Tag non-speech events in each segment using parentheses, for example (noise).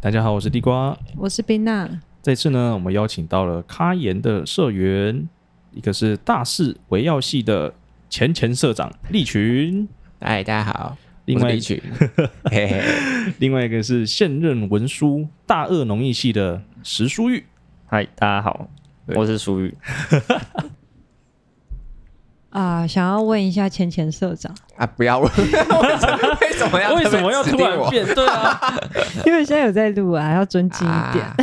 大家好，我是地瓜。我是冰娜，这次呢，我们邀请到了咖研的社员，一个是大四维耀系的前前社长利群，嗨，哎大家好，另外我是李 (laughs) 曲，嘿嘿嘿另外一个是现任文书大二农艺系的石书玉。嗨，大家好，对我是苏玉。啊、想要问一下前前社长， (laughs) 啊，不要问 (laughs) 为什么要为什么要特别指突定然我变？对啊，因为现在有在录啊，要尊敬一点。啊？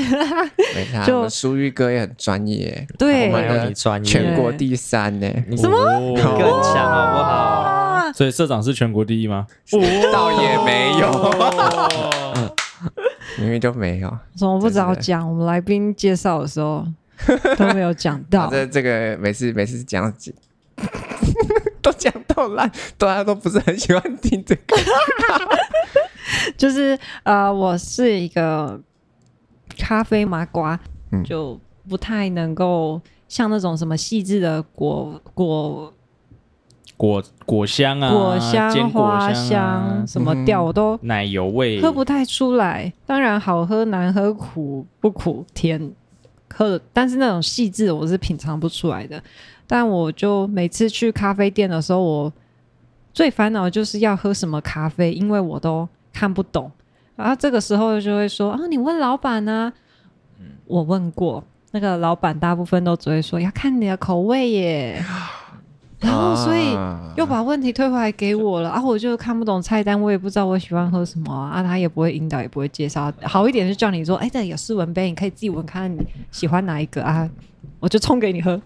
没差，就我们苏玉哥也很专业， (laughs) 对啊我哪们有你的专业，哦全国第三呢，什么更强好不好？啊，所以社长是全国第一吗？倒也没有，嗯哦， (laughs) 明明就没有。怎么不早真的讲？我们来宾介绍的时 (laughs) 候都没有讲到反，正这个每次每次讲几 (laughs) 都讲到烂，大家都不是很喜欢听这个。就是呃，我是一个咖啡麻瓜，嗯就不太能够像那种什么细致的果果果果香啊，果香、坚果花香啊、香什么调，嗯我都奶油味，喝不太出来。当然，好喝、难喝、苦不苦、甜，喝，但是那种细致我是品尝不出来的。但我就每次去咖啡店的时候，我最烦恼就是要喝什么咖啡，因为我都看不懂。然后这个时候就会说啊，你问老板啊，我问过。那个老板大部分都只会说要看你的口味耶，然后所以啊又把问题推回来给我了啊！我就看不懂菜单，我也不知道我喜欢喝什么啊，啊他也不会引导，也不会介绍。好一点就叫你说，哎、这里有试闻杯，你可以自己闻看看你喜欢哪一个啊，我就冲给你喝。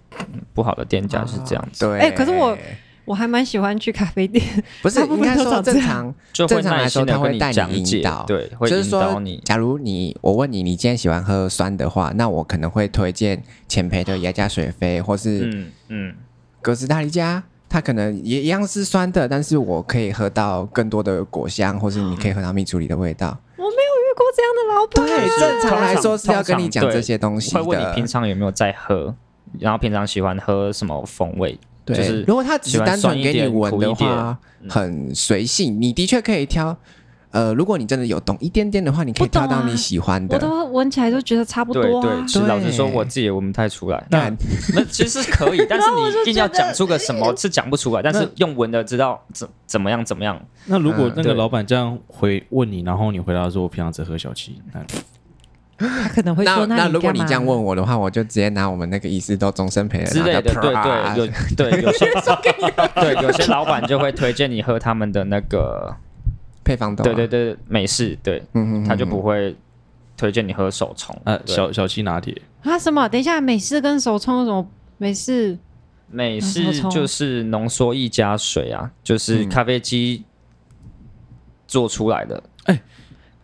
不好的店家是这样子，对，哎可是我我还蛮喜欢去咖啡店，不是大部应分该都说长这正样常，就会正常耐来说心他的跟会带讲你引解导，，对，会就是引导说你，。假如你我问你，你今天喜欢喝酸的话，那我可能会推荐浅焙的雅加水飞，或是嗯嗯，格斯达黎加。它可能也一样是酸的，但是我可以喝到更多的果香，或是你可以喝到蜜处理的味道。我没有遇过这样的老嗯板。对，正常来说是要跟你讲通常这些东西会问你平的。常有没有在喝，然后平常喜欢喝什么风味，对，就是如果他只是单纯给你闻的喜欢酸一点嗯苦一点话，很随性，你的确可以挑。呃，如果你真的有懂一点点的话，你可我以懂挑啊到你喜欢我的。都闻起来就觉得差不对多啊对，，其实老实说，对我自己也闻不太出来。那干那其实可以，但 (laughs) 是你硬要讲出个什么是讲不出来，但是用闻的知道怎怎么样怎么样，那如果嗯那个对老板这样回问你，然后你回答说我平常只喝小七，那他可能会那说那如果你干你嘛这样问我的话，我就直接拿我们那个医师都终身陪人之类的，对啊 (laughs) 对，有对有些 (laughs) 对有些老板就会推荐你喝他们的那个，配方豆啊，对对对美式，对嗯，嗯嗯，他就不会推荐你喝手冲，呃对小小七拿铁，啊什么？等一下，美式跟手冲有什么？美式美嗯手式冲就是浓缩液加水啊，嗯就是咖啡机做出来的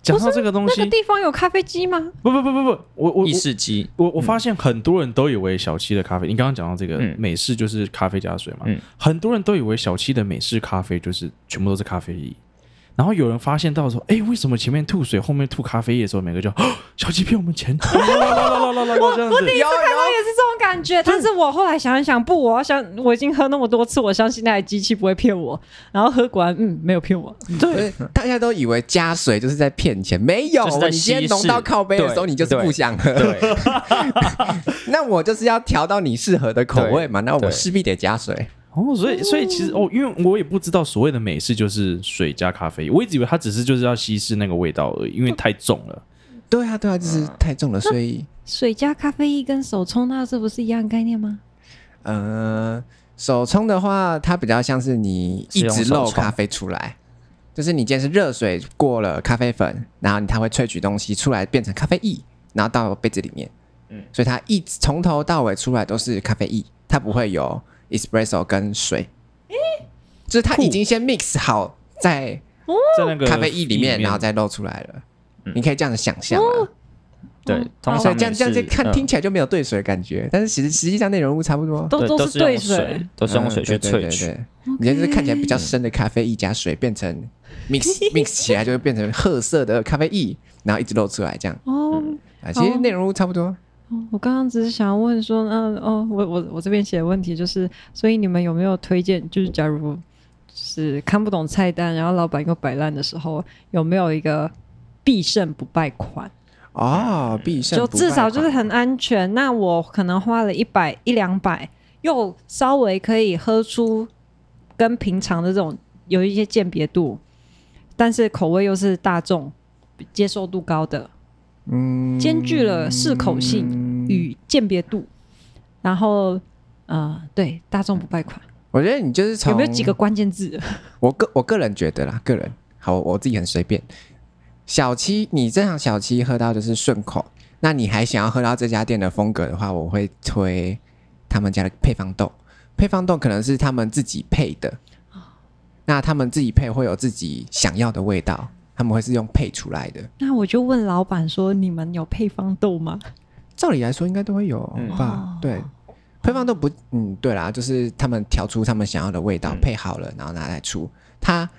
讲到这个东那西个，地方有咖啡机吗？不不不不不，我我我意式机，我我发现很多人都以为小七的咖啡，你刚刚讲到这个、嗯美式就是咖啡加水嘛，嗯很多人都以为小七的美式咖啡就是全部都是咖啡液，然后有人发现到说，哎，为什么前面吐水，后面吐咖啡液的时候，每个就 (gasps) 哦小七骗我们钱，啦啦啦啦啦啦这样子，我有有也是这种感觉，但是我后来想一想，不，我要相，我已经喝那么多次，我相信那台机器不会骗我。然后喝果然，嗯，没有骗我。不是，大家都以为加水就是在骗钱，没有就是在，你今天稀释浓到靠杯的时候，对你就是不想喝。对。 (laughs) 那我就是要调到你适合的口味嘛，那我对势必得加水。哦，所以所以其实哦，因为我也不知道所谓的美式就是水加咖啡，我一直以为它只是就是要稀释那个味道而已，因为太重了。对啊，对啊，就是嗯太重了，所以水加咖啡因跟手冲，那这不是一样概念吗？呃，手冲的话，它比较像是你一直是用漏手冲咖啡出来，就是你今天是热水过了咖啡粉，然后它会萃取东西出来变成咖啡液，然后到杯子里面，嗯嗯，所以它一直从头到尾出来都是咖啡液，它不会有 espresso 跟水，就是它酷已经先 mix 好在在那个咖啡液里面，里然后再漏出来了。嗯你可以这样子想象啊，对 (laughs) 哦，通所常以这样这样就美式看嗯听起来就没有兑水的感觉，但是其实实际上内容物差不多。啊都对都都是用兑水水，，都是用水去嗯对对萃对取。对你就是看起来比较深的咖啡液加水变成 (laughs) mix mix 起来，就会变成褐色的咖啡液，然后一直漏出来这样哦。啊。其实内容物差不多，哦我刚刚只是想问说，嗯、哦，我我我这边写的问题就是，所以你们有没有推荐？就是假如就是看不懂菜单，然后老板又摆烂的时候，有没有一个必胜不败款？哦，必胜就不至败少就是款很安全。那我可能花了一百一两百，又稍微可以喝出跟平常的这种有一些鉴别度，但是口味又是大众接受度高的，嗯兼具了适口性与鉴别度。然后，呃，对，大众不败款我觉得你就是从有没有几个？关键字？ (laughs) 我个我个人觉得啦，个人好，我自己很随便。小七，你正常小七喝到就是顺口，那你还想要喝到这家店的风格的话，我会推他们家的配方豆。配方豆可能是他们自己配的，那他们自己配会有自己想要的味道，他们会是用配出来的。那我就问老板说：“你们有配方豆吗照理来说应该都会有嗯吧？哦对，配方都不，嗯，对啦，就是他们调出他们想要的味道，嗯配好了，然后拿来出，它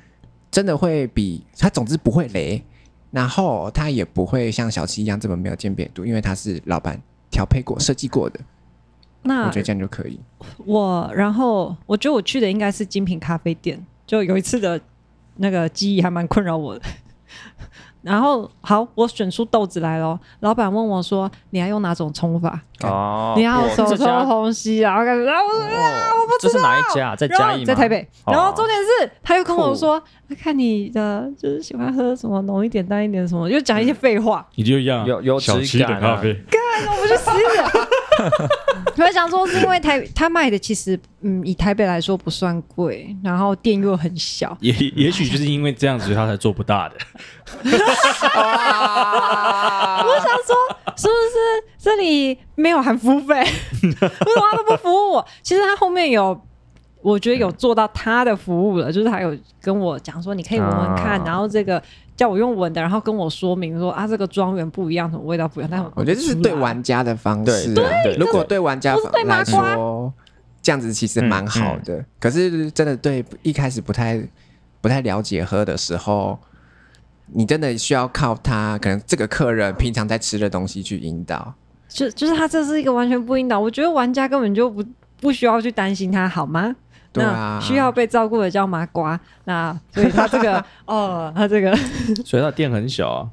真的会比它，总之不会雷，然后它也不会像小七一样这么没有鉴别度，因为它是老板调配过、设计过的，？”我那觉得这样就可以。我，然后我觉得我去的应该是精品咖啡店，就有一次的那个记忆还蛮困扰我的。然后好，我选出豆子来咯，老板问我说：“你要用哪种冲法？哦， (laughs) 你要我手这冲、家虹吸啊？”然后开始，然后我说哦，这是哪一家？在然嘉后义吗？在台北，哦然后重点是他又跟我说：“啊看你的就是喜欢喝什么浓一点、淡一点什么，就讲一嗯些废话。”你就一样有有小质七的感咖啊啡，我就死了。我想说，是因为台他卖的其实，嗯，以台北来说不算贵，然后店又很小，也也许就是因为这样子，他才做不大的。我想说，是不是这里没有含服务费？为 (laughs) 什么他都不服务我？其实他后面有，我觉得有做到他的服务了，就是他有跟我讲说，你可以闻闻看，啊然后这个叫我用闻的，然后跟我说明说啊，这个庄园不一样，什么味道不一样。但我觉得这是对玩家的方式、啊，对对对如果对玩家不是对麻来瓜说，这样子其实蛮好的。可是真的对一开始不太不太了解喝的时候，你真的需要靠他，可能这个客人平常在吃的东西去引导。就就是他这是一个完全不引导，我觉得玩家根本就不不需要去担心他，好吗？对啊那需要被照顾的叫麻瓜，那所以他这 (laughs) 个哦，他这个所以他的店很小啊，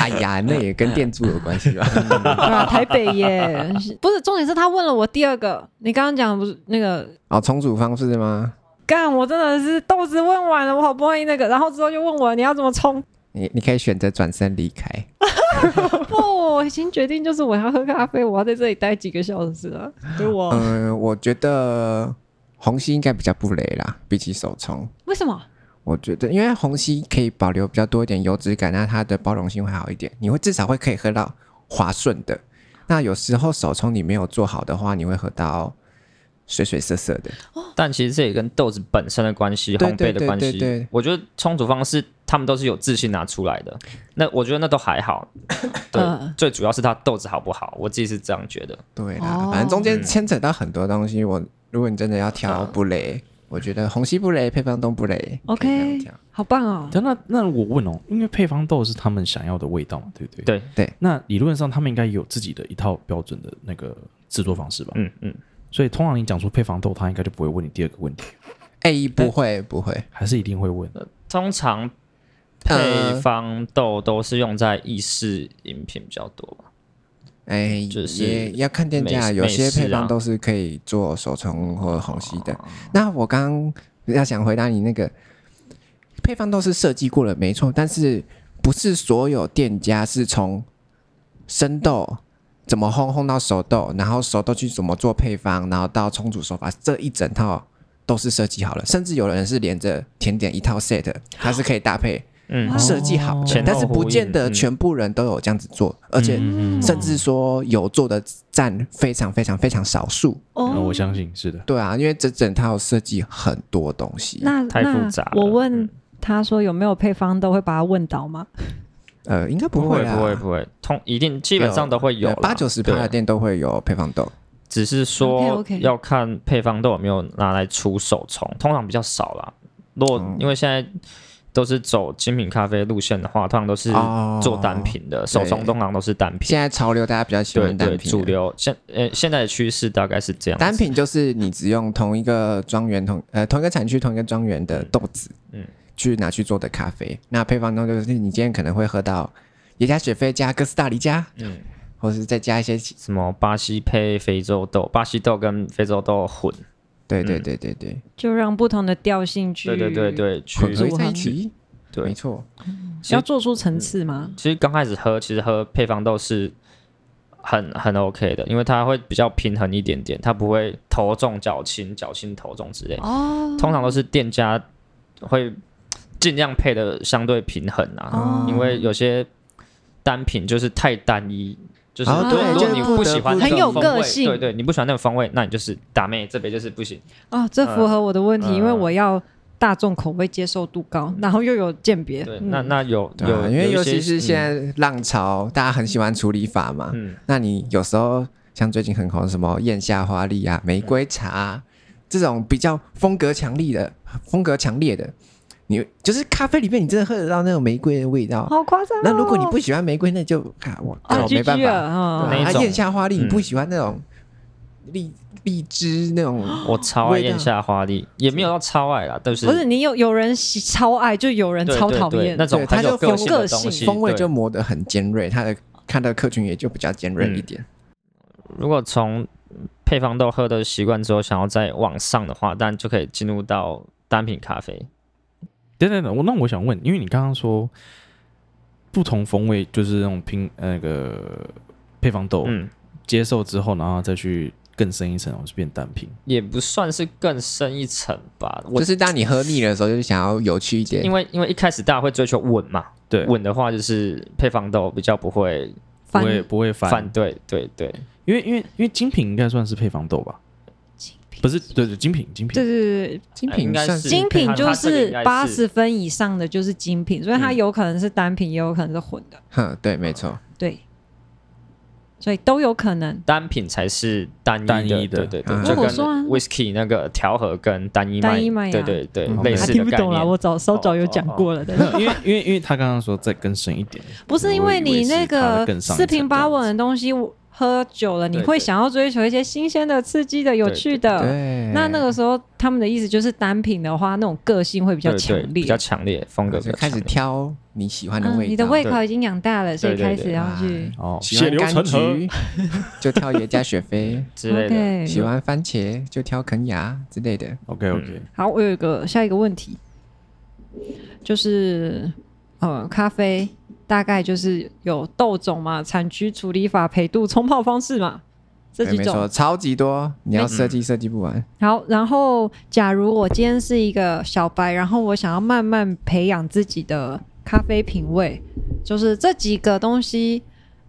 哎呀，那 (laughs) 也跟店主有关系吧？对啊，台北耶，不是重点是他问了我第二个，你刚刚讲不是那个哦，重组方式吗？干，我真的是豆子问完了，我好不容易那个，然后之后就问我你要怎么冲，你你可以选择转身离开。不，我已经决定就是我要喝咖啡，我要在这里待几个小时了，所以我、嗯，我觉得虹吸应该比较不雷啦，比起手冲。为什么？我觉得，因为虹吸可以保留比较多一点油脂感，那它的包容性会好一点，你会至少会可以喝到滑顺的。那有时候手冲你没有做好的话，你会喝到水水涩涩的。但其实这也跟豆子本身的关系、对烘焙对的关对对对系。我觉得冲煮方式他们都是有自信拿出来的，那我觉得那都还 (laughs) 好。对，嗯最主要是它豆子好不好，我自己是这样觉得。对啦，哦反正中间牵扯到很多东西。我如果你真的要挑布雷，我觉得虹吸布雷、配方东布雷可以这样 OK，挑好棒哦，但那那我问哦，因为配方豆是他们想要的味道嘛，对不对？对。那理论上他们应该有自己的一套标准的那个制作方式吧？嗯嗯，所以通常你讲出配方豆，他应该就不会问你第二个问题， A 不会不会，还是一定会问。通常呃配方豆都是用在意式饮品比较多吧。哎，就是也要看店家，美有些美式啊配方都是可以做手冲或虹吸的。啊那我刚刚要想回答你那个配方都是设计过了，没错，但是不是所有店家是从生豆怎么烘烘到熟豆，然后熟豆去怎么做配方，然后到冲煮手法，这一整套都是设计好了。甚至有人是连着甜点一套 set，它是可以搭配嗯哦，设计好的，前后但是不呼见应得嗯全部人都有这样子做，而且嗯嗯嗯甚至说有做的占非常非常非常少数。嗯哦，我相信是的。对啊，因为这整套设计很多东西，那太复那杂了嗯我问他说有没有配方豆，会把他问倒吗？呃，应该不不会会啦，不会不会，通一定基本上都会有对八九十对趴的店都会有配方豆。只是说 OK，OK 要看配方豆有没有拿来出手冲，通常比较少啦。如果嗯因为现在都是走精品咖啡路线的话，通常都是哦做单品的，手冲通常都是单品。现在潮流大家比较喜对欢单对，品，啊主流现呃现在的趋势大概是这样子。单品就是你只用同一个庄园同呃同一个产区同一个庄园的豆子，嗯嗯，去拿去做的咖啡。那配方豆就是你今天可能会喝到也加雪菲加哥斯达黎加，嗯，或是再加一些其，什么巴西配非洲豆，巴西豆跟非洲豆混，对嗯对对对对，就让不同的调性去，对对对，对，去混合组在合一起，没对。错，其要实做出层次吗？其实刚开始喝，其实喝配方豆是很很 OK 的，因为它会比较平衡一点点，它不会头重脚轻、脚轻头重之类。哦，通常都是店家会尽量配的相对平衡啊，哦因为有些单品就是太单一，就是哦如果对如果就是你不不得喜欢不这很有风味个性对对，你不喜欢那个风味，那你就是打妹这杯就是不行。哦，这符合我的问题，嗯因为我要大众口味接受度高，然后又有鉴别。对，嗯那那有对有啊，因为尤有一些其是现在浪潮，大家很喜欢处理法嘛，嗯那你有时候像最近很红的什么燕夏花丽啊、玫瑰茶、啊、这种比较风格强烈的、风格强烈的，你就是咖啡里面你真的喝得到那种玫瑰的味道。好夸张哦。那如果你不喜欢玫瑰，那就看、啊、我哦靠，没办法。啊，那嗯对一啊，种燕夏花丽，你嗯不喜欢那种荔荔枝那种，我超爱味道燕夏花丽，也没有到超爱啦，但是不是你有有人喜超爱，就有人对超对讨对厌那。种对它很有就个风性的格东性西，风味对就磨得很尖锐，它的看的客群也就比较尖嗯锐一点。如果从配方豆喝的习惯之后，想要再往上的话，但就可以进入到单品咖啡。等等等，我那我想问，因为你刚刚说不同风味就是那种拼呃那个配方哦豆、嗯，接受之后，然后再去更深一层，然后就变单品。也不算是更深一层吧。我就是当你喝腻了的时候，就是想要有趣一点因。为因为一开始大家会追求稳嘛，对，稳的话就是配方豆比较不会不反会不会翻，反对，对对，因为因为因为精品应该算是配方豆吧？不是，对对，精品精品。对对对，精呃应品该算是精品就它这个应是该是八十分以上的就是精品，所以它嗯有可能是单品，也有可能是混的，哼，对，没错。对，所以都有可能。单品才是单一单一的的，对对对，嗯就那我跟说啊 whisky 那个调和跟单一单一麦麦，芽对对对，嗯类他似啊听的不概懂啦，念。哦我早稍早有讲过了，但是没有因为因为因为他刚刚说再更深一点，不是因为你那个四平八稳的东西我喝久了，对你对会想要追求一些新鲜的、刺激的、有趣的。对，呃那那个时候他们的意思就是单品的话，那种个性会比较对强对烈比较。强烈，风格比啊就较开始强烈挑你喜欢的味道，呃嗯，你的胃口已经养大了，所以对对开对始要去。哦，喜欢柑 (laughs) 橘就挑耶加雪菲，之类的。喜 OK，欢番茄就挑肯雅之类的。 OK OK，好，我有一个下一个问题，就是呃，咖啡大概就是有豆种嘛、产区、处理法、焙度、冲泡方式嘛，这对几哎没种错，。超级多，你要设计设计不完。好，然后假如我今天是一个小白，然后我想要慢慢培养自己的咖啡品味，就是这几个东西，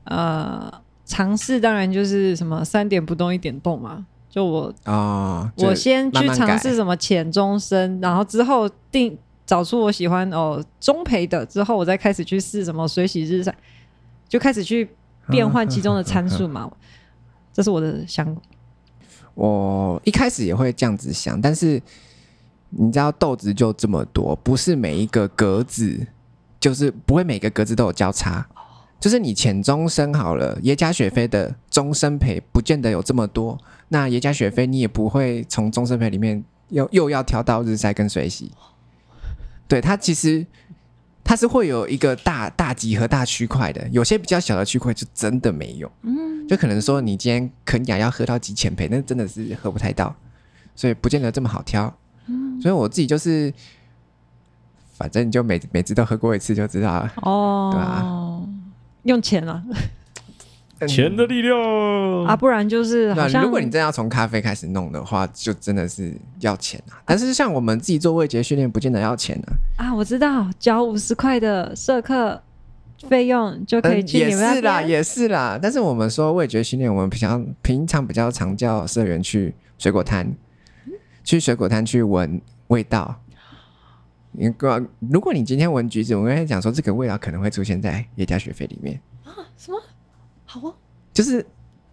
呃，尝试当然就是什么三点不动一点动嘛，就我哦，我就先慢去慢尝改试什么浅中深，然后之后定找出我喜欢哦中培的，之后我再开始去试什么水洗日晒，就开始去变换其中的参数嘛。这是我的想，我一开始也会这样子想，但是你知道豆子就这么多，不是每一个格子就是不会每个格子都有交叉。就是你浅中深好了，耶加雪菲的中深培不见得有这么多，那耶加雪菲你也不会从中深培里面又又要挑到日晒跟水洗，对它其实它是会有一个大大集合大区块的，有些比较小的区块就真的没有。嗯，就可能说你今天肯雅要喝到几千杯，那真的是喝不太到，所以不见得这么好挑。所以我自己就是，反正你就每每次都喝过一次就知道了。哦，对用钱啊嗯钱的力量嗯啊，不然就是好那像如果你真的要从咖啡开始弄的话，就真的是要钱啊。但是像我们自己做味觉训练，不见得要钱啊。啊，我知道交五十块的社课费用就可以嗯，去也你们那是啦，边。也是啦。但是我们说味觉训练，我们平常平常比较常叫社员去水果摊，去水果摊去闻味道。你果如果你今天闻橘子，我跟他讲说这个味道可能会出现在耶加雪菲里面，什么？好哦，就是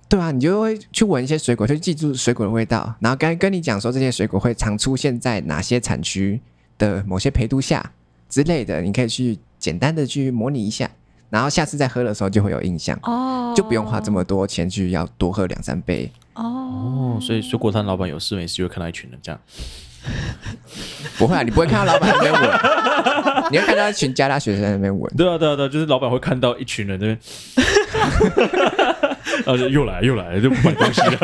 对啊，你就会去闻一些水果，就记住水果的味道，然后跟跟你讲说这些水果会常出现在哪些产区的某些陪度下之类的，你可以去简单的去模拟一下，然后下次再喝的时候就会有印象。哦，就不用花这么多钱去要多喝两三杯。哦哦，所以水果摊老板有事没事就会看到一群人这样，不会啊，你不会看到老板在我，你会看到一群加拿大学生在那边闻，对啊，对啊，对啊，就是老板会看到一群人在那边， (laughs) 然后就又来又来，就不买东西 (laughs) 了。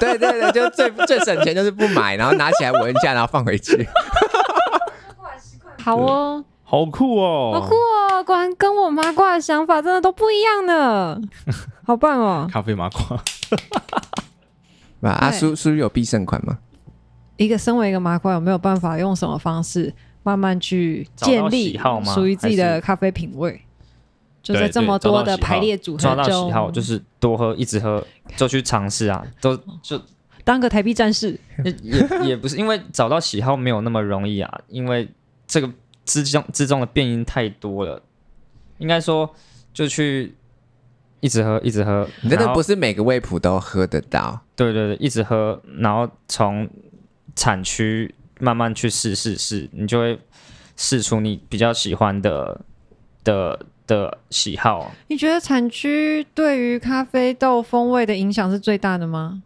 对对对，就最最省钱就是不买，然后拿起来闻一下，然后放回去。好哦，好酷哦，好酷哦！果然跟我麻瓜的想法真的都不一样呢， (laughs) 好棒哦！咖啡麻瓜，啊，啊对叔叔有必胜款吗？一个身为一个麻瓜，有没有办法用什么方式慢慢去建立找到喜好吗属于自己的咖啡品味？就在对这么多对找到的喜好排列组合抓中，到喜好就是多喝，一直喝，就去尝试啊，都就当个台币战士。也也也不是因为找到喜好没有那么容易啊，因为这个之中之中的变因太多了，应该说就去一直喝，一直喝，你真的然后不是每个味谱都喝得到，对对对，一直喝，然后从产区慢慢去试试试，你就会试出你比较喜欢的的的喜好。你觉得产区对于咖啡豆风味的影响是最大的吗？嗯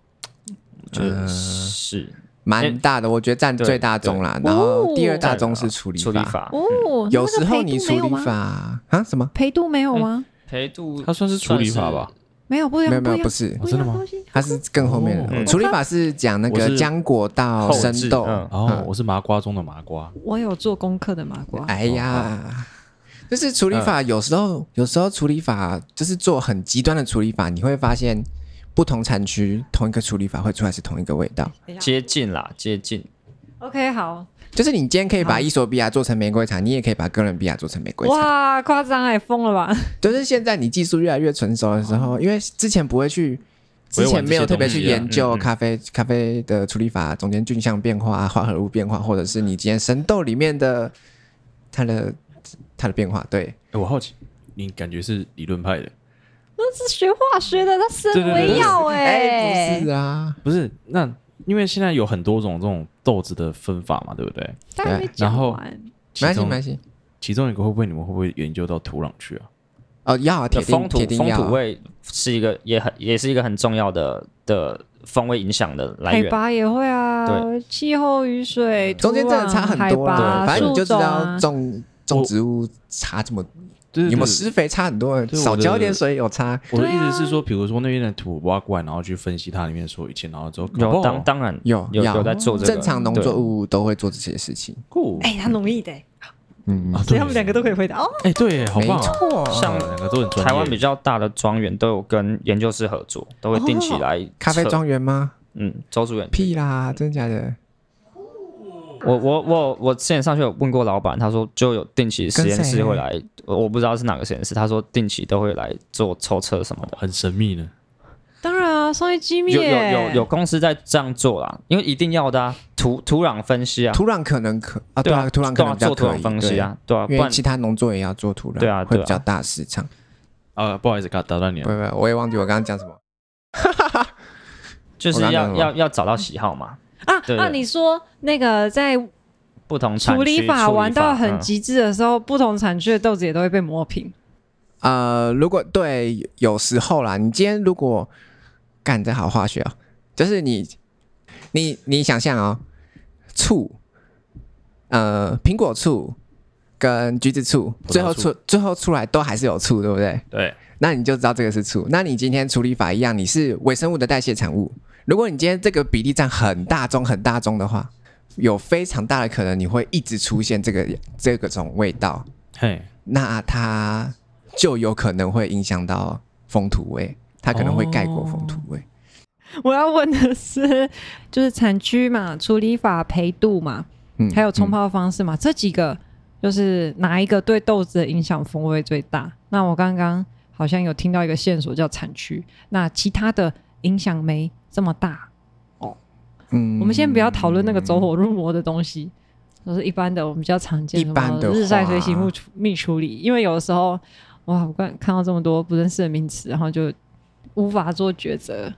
就是蛮大的，我觉得占对最大宗啦。然哦后第二大宗是处理啊处理法，法，哦，嗯有时候那你个培处度没有理吗嗯法啊什么？陪度没有吗？陪度它算是处理法吧？没有，啊不一没样，有没有，一不样，是，不一真的样吗东西。它是更后面的。哦处理法是讲那我个是浆果到后生置豆，嗯哦，我是麻瓜中的麻瓜，我有做功课的麻瓜，哎呀，就是处理法，有时候、有时候处理法就是做很极端的处理法，你会发现不同产区同一个处理法会出来是同一个味道。等一下接近啦，接近 OK 好，就是你今天可以好把伊索比亚做成玫瑰茶，你也可以把哥伦比亚做成玫瑰茶。哇，夸张哎，疯了 (laughs) 吧？就是现在你技术越来越成熟的时候，因为之前不会去。不会之玩前没有这些特别东西去啊研究嗯嗯咖啡、咖啡的处理法、中间菌相变化、啊、化合物变化，或者是你今天生豆里面的它的它的变化，对，哎，我好奇，你感觉是理论派的，那是学化学的，他对生对微对药哎、哎不，是啊，不是？那因为现在有很多种这种豆子的分法嘛，对不对？他还没然讲后完。其没关系，中没关系。其中一个会不会你们会不会研究到土壤去啊？哦，要啊，铁定风呃土铁定风要土啊。味是一个也很也是一个很重要的的风味影响的来海源。拔也会啊，对气候、雨水，嗯中间真的差很多土壤海拔了，反正你就知树种道啊种种植物差这么，对有没有是？施肥差很多，对我少的浇一点水有差。我的意对啊思是说，比如说那边的土挖过来，然后去分析它里面所有一切，然后之后搞不有好当当然有有要有在做这个正常农对作物都会做这些事情。酷哎，他容易的，嗯，啊，哎所对以他们两个都可以回答哦。哎，对，好没棒啊，错，像两个都很专业。台湾比较大的庄园都有跟研究室合作，都会定期来哦咖啡测。庄园吗？嗯，周主任，屁嗯啦，真的假的？我我我我之前上去有问过老板，他说就有定期实验跟谁室会来，我我不知道是哪个实验室，他说定期都会来做抽测什么的。很神秘呢，当然啊，商业机密有有耶有有公司在这样做啦，因为一定要的啊，土土壤分析啊，土壤可能可啊，对啊，土壤可都能要比较做土可壤以，分析啊，对啊，不对因为然其他农作也要做土壤，对啊会对啊啊比较大市场。啊，不好意思，打打断你不了。不，我也忘记我刚刚讲什么。就是我刚要刚要要找到喜好嘛，啊对啊！你说那个在不同产处区理法玩到很嗯极致的时候，不同产区的豆子也都会被磨平。呃，如果对有时候啦，你今天如果干这好化学哦，就是你你你想象哦，醋，呃，苹果醋跟橘子醋，葡萄最后醋出最后出来都还是有醋，对不对？对，那你就知道这个是醋。那你今天处理法一样，你是微生物的代谢产物。如果你今天这个比例占很大宗很大宗的话，有非常大的可能你会一直出现这个这个种味道。嘿，那它就有可能会影响到风土味，它可能会盖过风土味。哦我要问的是，就是产区嘛、处理法、培度嘛，嗯还有冲泡方式嘛，这几个就是哪一个对豆子的影响风味最大？那我刚刚好像有听到一个线索叫产区，那其他的影响没这么大。嗯我们先不要讨论那个走火入魔的东西，就是一般的我们比较常见一般的什么日晒话水洗木处密处理，因为有的时候哇，我看看到这么多不认识的名词，然后就无法做抉择。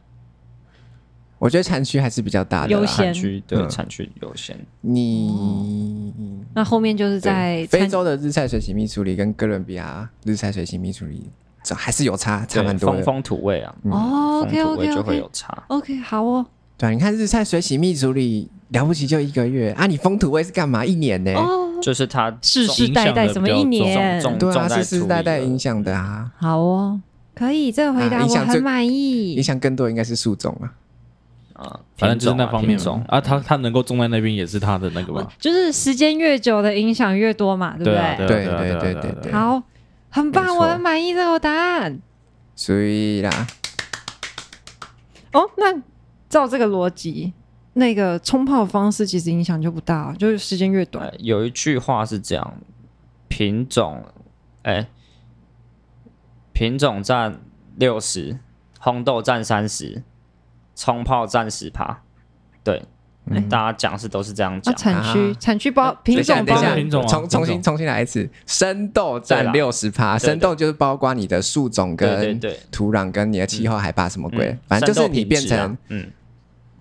我觉得产区还是比较大的优啦。先产区对嗯产区优先，你那后面就是对嗯在非餐洲的日晒水洗蜜处理跟哥伦比亚日晒水洗蜜处理，这还是有差，差对蛮多风的。风土味啊，哦嗯风，OK 土味 OK 就会有 OK 差。 OK，好哦，对啊，你看日晒水洗蜜处理了不起就一个月啊，你风土味是干嘛？一年呢、哦就是它世世影代响代得什么比一较年重重对啊，重在世世处代理代了影响的啊，好哦，可以，这个回啊答影我响最很满啊影意。响更多应该是树种啊。啊，反正就是品种那啊方面品嘛种啊，他他能够种在那边也是他的那个我吧？就是时间越久的影响越多嘛，对不对啊，啊对啊对啊对啊对对啊啊好，很没棒，错我很满意这个答案。所以啦，哦，那照这个逻辑，那个冲泡方式其实影响就不大，就是时间越短呃，有一句话是这样：品种，哎、品种占六十，烘豆占三十，冲泡占十趴。对，嗯大家讲是都是这样那讲。产区啊产区包等品一下种等包包一下，括品种啊重品重种新重新来一次，生豆对占啦六十趴，对对生豆就是包括你的树种对对跟对土壤跟你的气候海拔什么鬼，嗯反正就生是豆你品变质啊成嗯，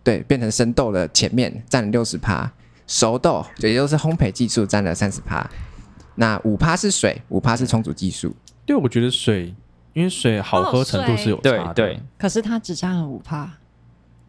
对变成生豆的前面占六十趴，熟豆也就是烘焙技术占了三十趴，那五趴是水，五趴是冲煮技术。对，我觉得水，因为水好喝程度是有对差的，对，，可是它只占了五趴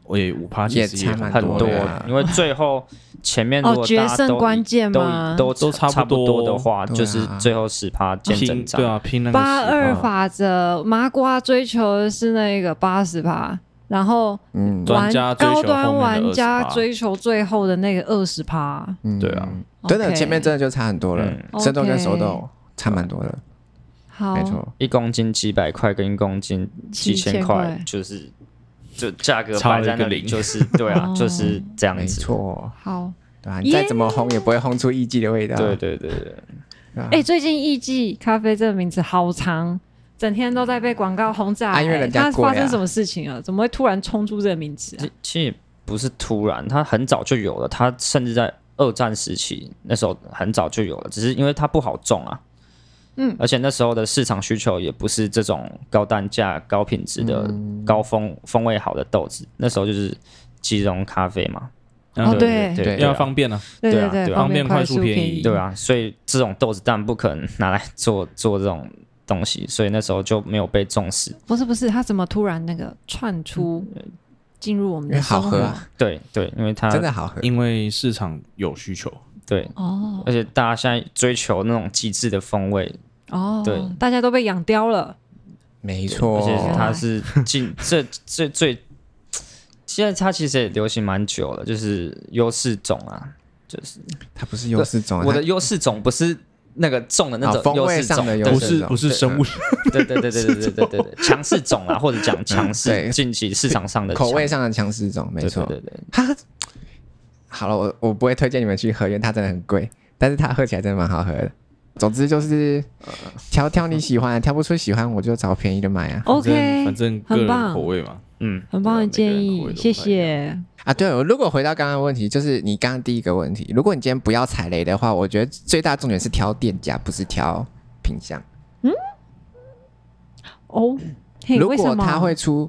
我也五趴其也实差蛮很很多多的啊，因为最后前面如哦，果决大家胜都关键吗都？都都差差不多的话，对啊就是最后十趴见拼真章。对啊，拼那个八二10%法则，麻瓜追求的是那个八十趴，然后嗯，专玩家追求高端后面的玩家20%追求最后的那个二十趴。嗯对啊，真的 OK 前面真的就差很多了，嗯生豆跟 OK 哦熟豆差蛮多的，好，没错。一公斤几百块跟一公斤几千块7000，就是就价格差了摆在那一里，个零就是对啊哦，就是这样没子。错，好，对啊吧、你再怎么烘也不会烘出艺伎的味道。对对对对，对吧哎、最近艺伎咖啡这个名字好长，整天都在被广告轰炸、啊因为人家它贵啊发生什么事情了？怎么会突然冲出这个名词、啊其？其实也不是突然，它很早就有了，它甚至在二战时期那时候很早就有了，只是因为它不好种啊。嗯而且那时候的市场需求也不是这种高单价、高品质的、嗯高风风味好的豆子，那时候就是即溶咖啡嘛。嗯哦对对对对要啊方便啊，对对啊对，对啊方方便快快速速便便宜对啊，所以这种豆子当然不可能拿来做做这种东西，所以那时候就没有被重视。不是不是，它怎么突然那个窜出进入我们嗯因的为好生活？喝啊对对，因为它真的好喝。因为市场有需求。对，哦而且大家现在追求那种极致的风味，哦，对大家都被养刁了。没而错，且它是近这这最，现在它其实也流行蛮久了，就是优势种啊，就是它不是优势种啊，我的它优势种不是。那个种的那啊种风优味势上种，的对优对不是有这种不是生物，对对对对对对对对对，强势种啊，或者讲强势对近期市场上的口味强上的强势种，没对错。对对对，好了，我我不会推荐你们去喝，因为它真的很贵，但是它喝起来真的蛮好喝的。总之就是挑挑你喜欢的，挑不出喜欢我就找便宜的买啊。反正 OK，反正个很人棒口味嘛，嗯，很棒对啊每的个建人口议味，都不太谢一谢。啊，对，我如果回到刚刚的问题，就是你刚刚第一个问题，如果你今天不要踩雷的话，我觉得最大重点是挑店家，不是挑品相。哦，嘿，如为什果么他会出，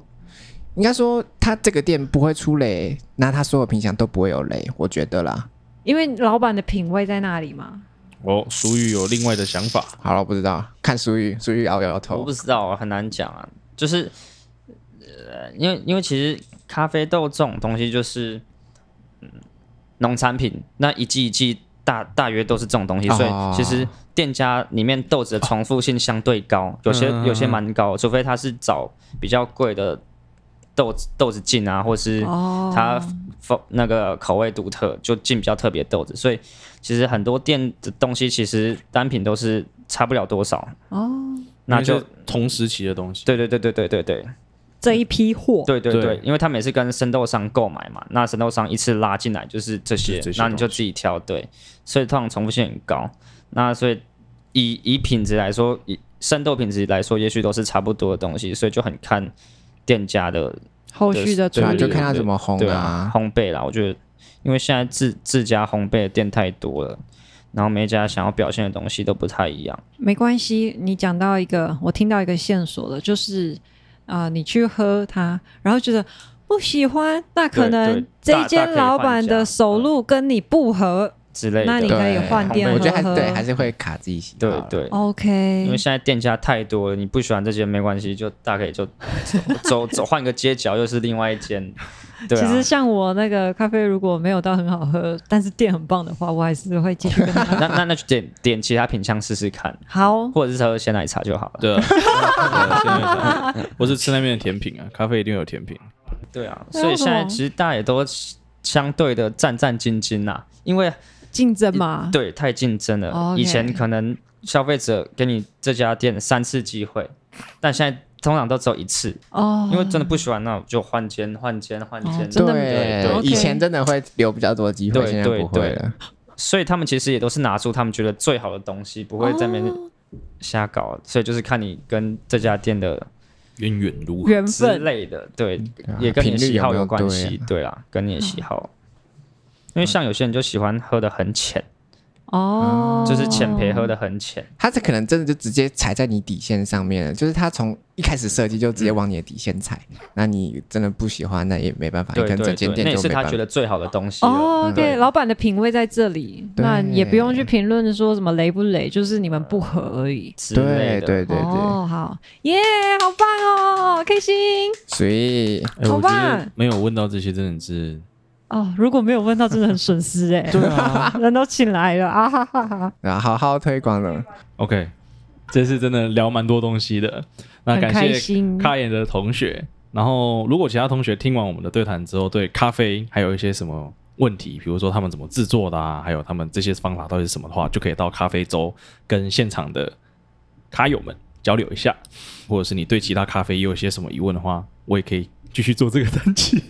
应该说他这个店不会出雷，那他所有品相都不会有雷，我觉得啦。因为老板的品味在那里嘛。哦，俗语有另外的想法，好了，我不知道，看苏玉，苏玉摇摇头。我不知道，很难讲啊。就是，呃，因为因为其实咖啡豆这种东西就是，嗯，农产品，那一季一季大大约都是这种东西，哦所啊以其实店家里面豆子的重复性相对高，有些嗯有些蛮高，除非他是找比较贵的豆子豆子进啊，或是哦，它风那个口味独特，就进比较特别豆子，所以其实很多店的东西其实单品都是差不了多少，哦，那就因为是同时期的东西。对对对对对对对这一批货，对对对，对因为他每次跟生豆商购买嘛，那生豆商一次拉进来就是这些就这，些那你就自己挑对，所以通常重复性很高。那所以以以品质来说，以生豆品质来说，也许都是差不多的东西，所以就很看店家的后续的处对啊，理就看他怎么烘对啊啊。烘焙啦。我觉得，因为现在自自家烘焙的店太多了，然后每一家想要表现的东西都不太一样。没关系，你讲到一个，我听到一个线索了，就是啊、呃你去喝它，然后觉得不喜欢，那可对能对这大嗯一间老板的手路跟你不合，之类的。那你可以换对电我喝喝，觉得还是对，还是会卡自己喜好对啦。对，因 OK 为。现在店家太多了，你不喜欢这间没关系，就大可以就 (laughs) 走走换个街角，又是另外一间。对其啊实，像我那个咖啡如果没有到很好喝，但是店很棒的话，我还是会继续跟 (laughs) 他。那那那就点点其他品相试试看，好，或者是喝鲜奶茶就好了。 (laughs) 对啊，对对对我是吃那边的甜品啊，咖啡一定有甜品。对啊，那所以为什现在么其实大家也都相对的战战兢兢呐、因为竞争嘛，对太竞争了。哦 OK 以前可能消费者给你这家店三次机会，但现在通常都只有一次，哦，因为真的不喜欢，那我就换间换间换间。哦真的对对，对 OK 以前真的会留比较多机会，对现在对不会对了。所以他们其实也都是拿出他们觉得最好的东西，不会在那边哦瞎搞。所以就是看你跟这家店的渊源如何？缘之分类的，对，啊也跟频你的率喜好有没有关对啊系，对啦，跟你的喜好。嗯因为像有些人就喜欢喝的很浅，哦，嗯就是浅焙喝的很浅，他这可能真的就直接踩在你底线上面了，就是他从一开始设计就直接往你的底线踩，那你真的不喜欢，那也没办法，你对跟对整间对，那店也就是没他办法觉。得最好的东西了。哦嗯对，OK，老板的品味在这里，对那也不用去评论说什么雷不雷，就是你们不合而已。之对类的，对对对，哦，好，耶，好棒哦，开心所以哎我觉好吧得没有问到这些，真的是哦！如果没有问到，真的很损失哎。对啊， (laughs) 人都请来了啊哈哈哈，然后好好推广了， OK。这次真的聊蛮多东西的，那很感开谢心。卡眼的同学。然后，如果其他同学听完我们的对谈之后，对咖啡还有一些什么问题，比如说他们怎么制作的啊，还有他们这些方法到底是什么的话，就可以到咖啡周跟现场的咖友们交流一下。或者是你对其他咖啡也有一些什么疑问的话，我也可以继续做这个单期。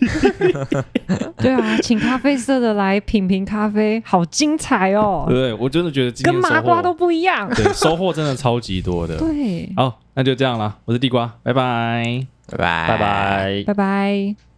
对啊，请咖啡色的来品评咖啡，好精彩哦，对，我真的觉得呃今跟天的麻收瓜都获，不一 (laughs) 样。对，收获真的超级多的。对，好，那就这样啦，我是地瓜，拜拜。拜拜拜拜。拜拜。